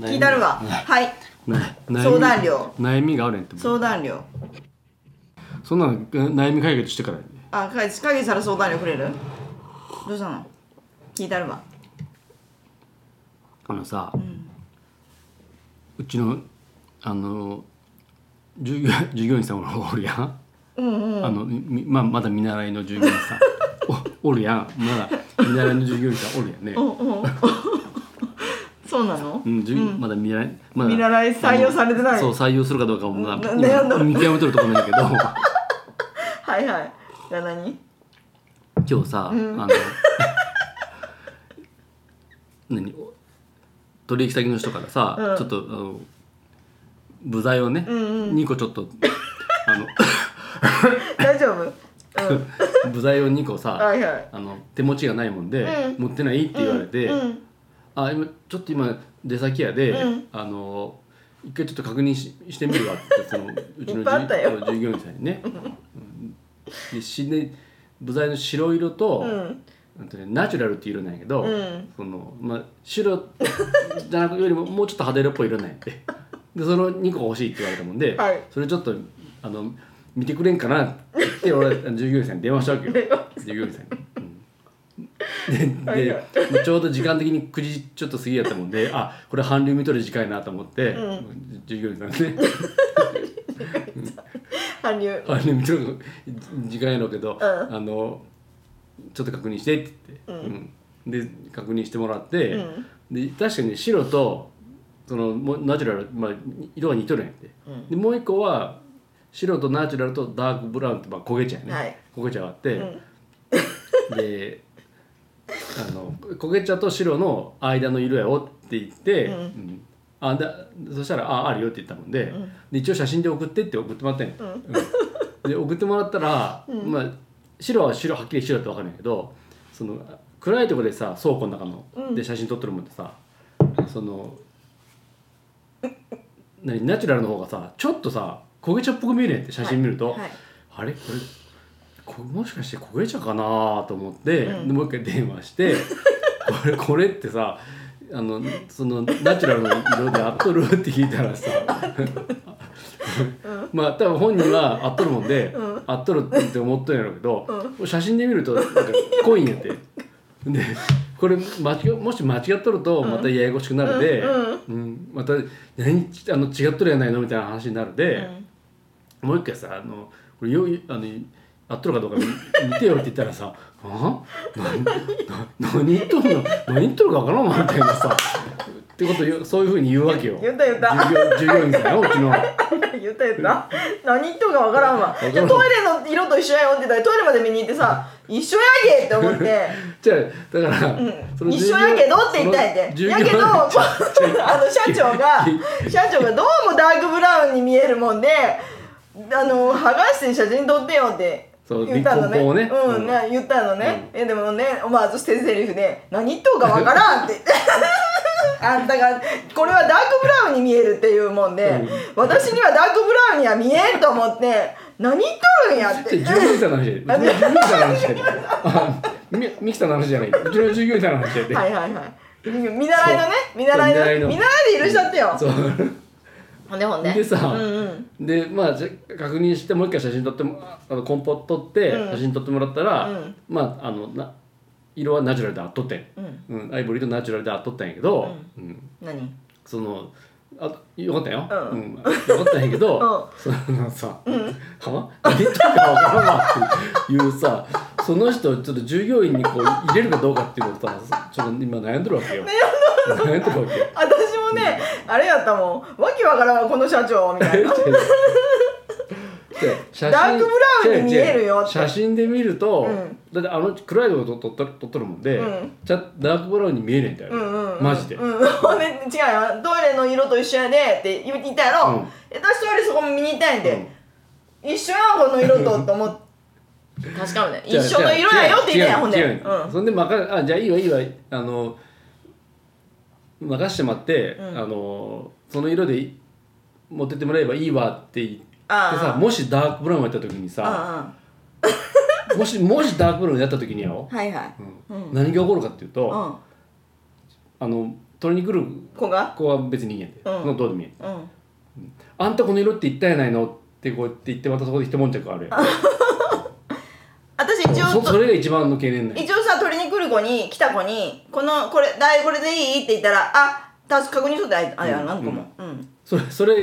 聞いたるわはいな悩み相談料悩みがあるんやって相談料そんなのえ悩み解決してからやであかげ影から相談料くれるどうしたの聞いたるわあのさ、うちのあの従業 従業員さんおるやん、あのみまあ、まだ見習いの従業員さんおおるやんまだ見習いの従業員さんおるやんね、おお そうなのうんじゅまだ見習いまだ見習い採用されてないあのそう採用するかどうかもまだうん悩んどる見極めとるところなんだけどはいはいじゃあ何今日さ、あの 何お取引先の人からさ、うんちょっとあの部材をね、二2個ちょっとあ大丈夫うん の部材を2個さ、はいはいあの手持ちがないもんで、う持ってないって言われて、うんあ今ちょっと今出先やで、うんあの一回ちょっと確認ししてみるわってそ のうちいのっぱいあったよ従従業員さんにね。でしで部材の白色と、うんなんてね、ナチュラルっていう色なんやけど、うんそのまあ、白じゃなくよりももうちょっと派手色っぽい色なんやってでその2個欲しいって言われたもんで、はいそれちょっとあの見てくれんかなって言って俺あの従業員さんに電話したわけよ電話従業員さんに。うんではいではいまあちょうど時間的に9時ちょっと過ぎやったもんであこれ韓流見とる時間やなと思って、従業員さんね韓流あれ見てる時間やろうけど、んあのちょっと確認してって言って、うんで確認してもらって、うんで確かに白とそのもうナチュラル、まあ、色が似とるんやって、でもう一個は白とナチュラルとダークブラウンって、まあ、焦げ茶やね、はい焦げ茶があって、であの焦げ茶と白の間の色やよって言って、うんうんあだそしたら「ああるよ」って言ったもんで,、で一応写真で送ってって送ってもらったんや、うんで送ってもらったら、まあ、白は白はっきり白だって分かるんやけどその暗いところでさ倉庫の中の、うんで写真撮ってるもんでさその何ナチュラルの方がさちょっとさ焦げ茶っぽく見えるんやって写真見ると、はいあれこれこもしかして焦げ茶かなと思って、うんでもう一回電話して これこれってさあのそのナチュラルの色で合っとるって聞いたらさまあ多分本人は合っとるもんで、うん合っとるって思っとんやろうけど、写真で見るとなんか濃いんやって。でこれ間違もし間違っとるとまたややこしくなるで、うんうんうんまた何あの違っとるやないのみたいな話になるで。もう一回さあのこれよあの合っとるかどうか見見てよって言ったらさ「あ何な何言っとるの何言っとるか分からんわ」みたいなさってことよそういうふうに言うわけよ言った言った従業従業員さんようちのうん言った言った何言っとるか分からんわ分じからゃんトイレの色と一緒やよって言ったらトイレまで見に行ってさ一緒やげって思ってじゃあだから、うん一緒やけどって言ったんやそのて従業やけどあの社長が社長がどうもダークブラウンに見えるもんであの剥がして写真撮ってよってそう言ったの立候ね補をねうんな言ったのね、えでもねまあそしてセリフで「何言っとうかわからん」 ってあんたがこれはダークブラウンに見えるっていうもんで、うん私にはダークブラウンには見えんと思って何言っとるんやってじゃあ従業員さんの話でうちの従業員さんの話であみミキさんの話じゃないうちの従業員さんの話で、はいはいはい見習いのね見習いのそう見習いの見習いで許しちゃってよそうほんでほんででさうんうんでまあじゃ確認してもう一回写真撮ってもああのコンポ撮ってうん写真撮ってもらったら、うんまああのな色はナチュラルで合っとってん、うんうん、アイボリーとナチュラルで合っとったんやけど、うん何うんそのあよかったよ、うんよかったんやけど、そのさ「は何言ってるか分からんわ」っていうさその人をちょっと従業員にこう入れるかどうかっていうのをさちょっと今悩んでるわけよ悩んでるわけよ私もねあれやったもんわけわからんわこの社長みたいな写真ダークブラウンに見えるよって違う違う写真で見ると、うんだってあの暗いとこ撮っとる撮っとるもんで、うんちゃダークブラウンに見えねえんだよ、うんうんうんマジで、うんほんで違うよトイレの色と一緒やでって言ってたやうろんえ私トイレそこ見に行ったんやで一緒やんこの色とと思って確かめね一緒の色やよって言ったやんほんで違う違う違ううんそんでまかあじゃあいいわいいわあの任してもらって、んあのその色でい持ってってもらえばいいわって言ってああさもしダークブラウンやった時にさあもしもしダークブラウンやった時にやろあ、はいはいうん何が起こるかっていうと、うんあの取りに来る子が子は別にいいんやで、うんそのどうでもいいやんうんあんたこの色って言ったやないのってこうやって言ってまたそこで一悶着あるやん私一応そそれが一番の懸念ね一応さ取りに来る子に来た子に「このこれだいこれでいい?」って言ったら「あたす確認しとってあいあいや何個も」うんそれそれ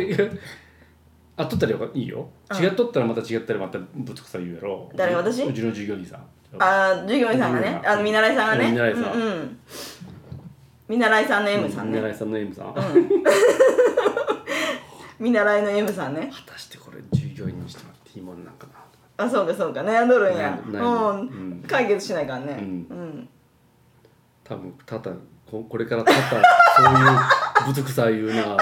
あっとったらよかいいよ違っとったらまた違ったらまたぶつくさ言うやろ誰が私うちの従業員さんあー従業員さんがねあの見習いさんがね見習いさんうんうん、見習いさんの M さん見習ねいさんの M さん、見習いの M さんね果たしてこれ従業員にしてもらっていいもんなんかなあそうかそうか悩んどるんや悩ん悩んうでうんん解決しないからねううんん多分ただここれからただそういうぶつくさ言うなあ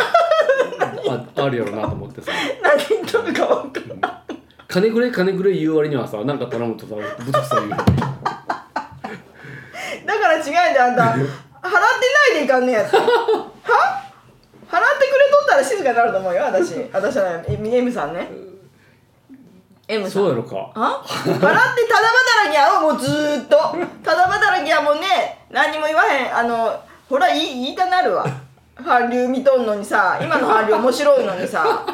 あるやろなと思ってさ何言っとるか分かんない金くれ金くれ言う割にはさなんか頼むとさぶつくさ言うだから違うんだよあ んた払ってないでいかんねやつは払ってくれとったら静かになると思うよ私私はね M- M さんね M さそうんやろかあ払ってただ働きやろもうずーっとただ働きやもんね何も言わへんあのほら言い言いたなるわ韓流見とんのにさ今の韓流面白いのにさ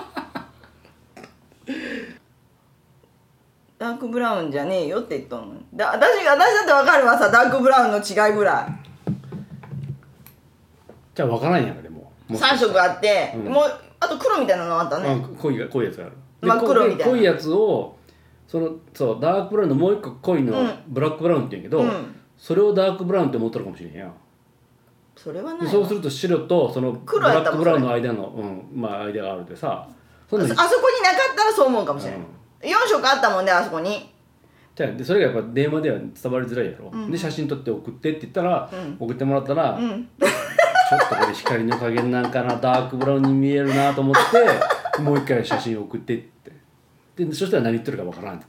ダークブラウンじゃねえよって言っとんのにだ私私だってわかるわさダークブラウンの違いぐらいじゃあ分からんやんかでももう3色あって、うんもうあと黒みたいなのあったね、うん濃いが濃いやつがあるで真っ黒みたいな濃いやつをそのそうダークブラウンのもう一個濃いの、うんブラックブラウンって言うんやけど、うんそれをダークブラウンって思っとるかもしれんやんそれはでないそうすわると白とそのブ黒やラっッたクもんブラウンの間の、うんまあ、間があるでさそんあなんそあそこになかったらそう思うかもしれなうい、ん4色あったもんねあそこにじゃあでそれがやっぱ電話では伝わりづらいやろ、で写真撮って送ってって言ったら、送ってもらったら、ちょっとこれ光の加減なんかなダークブラウンに見えるなと思 ってもう一回写真送ってってでそしたら何言ってるかわからんって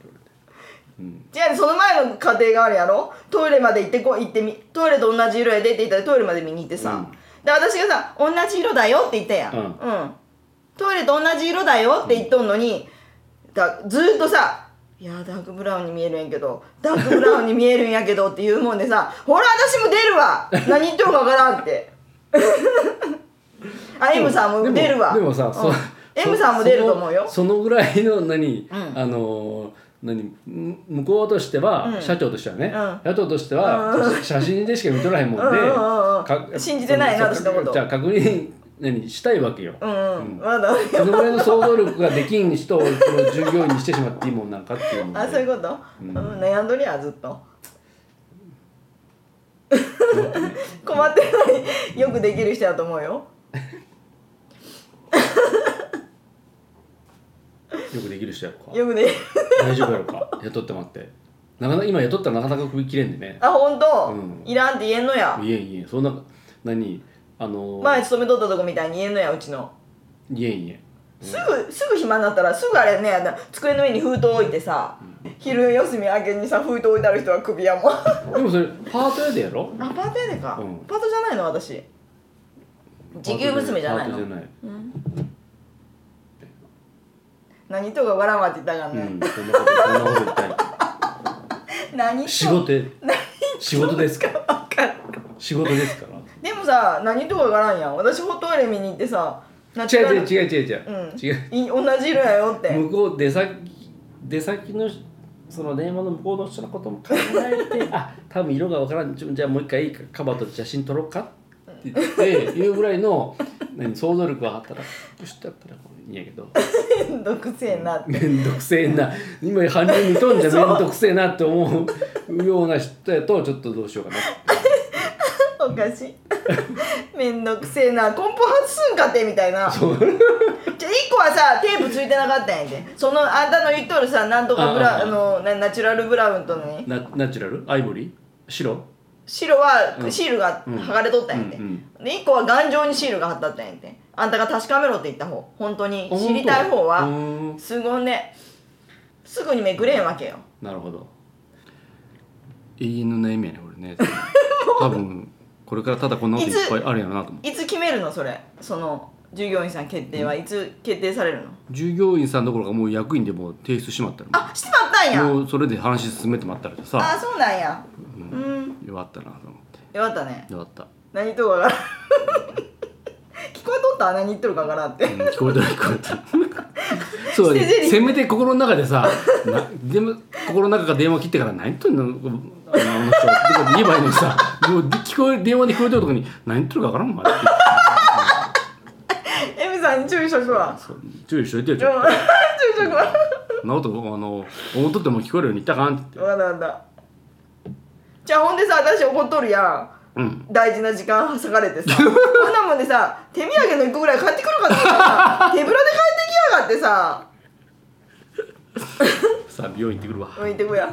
言われて違うその前の家庭があるやろトイレまで行ってこ行ってみトイレと同じ色やでって言ったらトイレまで見に行ってさ、うんで私がさ「同じ色だよ」って言ったやん、うんトイレと同じ色だよって言っとんのに、だずーっとさ「いやーダークブラウンに見えるんやけどダークブラウンに見えるんやけど」って言うもんでさ 「ほら私も出るわ何言ってるかわからん」って。 あ M さんも出るわでもでもさ、うんそ M さんも出ると思うよそそのそのぐらいの何、んあのー何む向こうとしては、社長としてはね、う社長としては、写写真でしか見とらへんもんで、うんうんうんうんか信じてないなそ私のことじゃあ確認何したいわけよ、うん、うん、まだそのぐらいの想像力ができん人をこの従業員にしてしまっていいもんなんかっていうのあそういうこと、うん、悩んどりやずっと 困ってないよくできる人だと思うよよくできる人やろかよくで大丈夫やろか雇ってもらってなかなか今雇ったらなかなか首切れんでねあ本当、うんいらんって言えんのやいえいえそんな何あのー前勤めとったとこみたいに言えんのやうちのいえいえすぐすぐ暇になったらすぐあれねあの机の上に封筒置いてさ、昼休み明けにさ封筒置いてある人は首やもんあでもそれパートやでやろパートやでか、うんパートじゃないの私時給娘じゃないのパートじゃない何とかわらんわって言ったからうね、んそんなことそんなこと言ったり何と仕事何仕事ですかわかる仕事ですからでもさ何とかわからんやん私ホトイレ見に行ってさな違う違う違う違う違うんう違うい同じ色やよって向こう出先出先のその電話の向こうの人のことも考え てあ多分色が分からんじゃじゃあもう一回カバーと写真撮ろうかって言っていうぐらいの何想像力が働く人だったらいいんやけどめんどくせえなって面倒くせえな今反応見とんじゃ面倒くせえなって思うような人やとちょっとどうしようかなおかしい めんどくせえなコンポ外すんかってみたいなそうじゃ1個はさテープついてなかったんやでそのあんたの言っとるさなんとかブラあああのなナチュラルブラウンとのねナナチュラルアイボリー白白はうんシールがうん剥がれとったんやで,、うんで1個は頑丈にシールが貼ったったんやであんたが確かめろって言った方本当にあ知りたい方は本すごいねすぐにめくれんわけよ当なるほど永遠の悩みやね俺 ね多分これからただこんなこといっぱいあるやろなと思ういつ決めるのそれその従業員さん決定はいつ決定されるの従業員さんどころかもう役員でもう提出しまったらあしてまったんやもうそれで話進めてまったらさあそうなんやうんよかったなと思ってよかったねよかった何言っとるかわからん 聞こえとった何言っとるかわからんってうん聞こえた聞こえ たそうだ捨てゼねリーせめて心の中でさなでも心の中から電話切ってから何とんのあのあの人ってこと言えばいいのにさもう聞こえ電話で聞こえてるとこに何言ってるか分からんもんお前ってエミさんに注意しとくわそう注意しといてようん ちょっ注意しとくわと そんなことあの思っとっても聞こえるように言ったらあかんって分かった分かったじゃあほんでさ私怒っとるやんうん大事な時間割かれ てさこんなもんでさ手土産の1個ぐらい買ってくるかと思ったらさ手ぶらで帰ってきやがってささあ美容院行ってくるわ置いてこや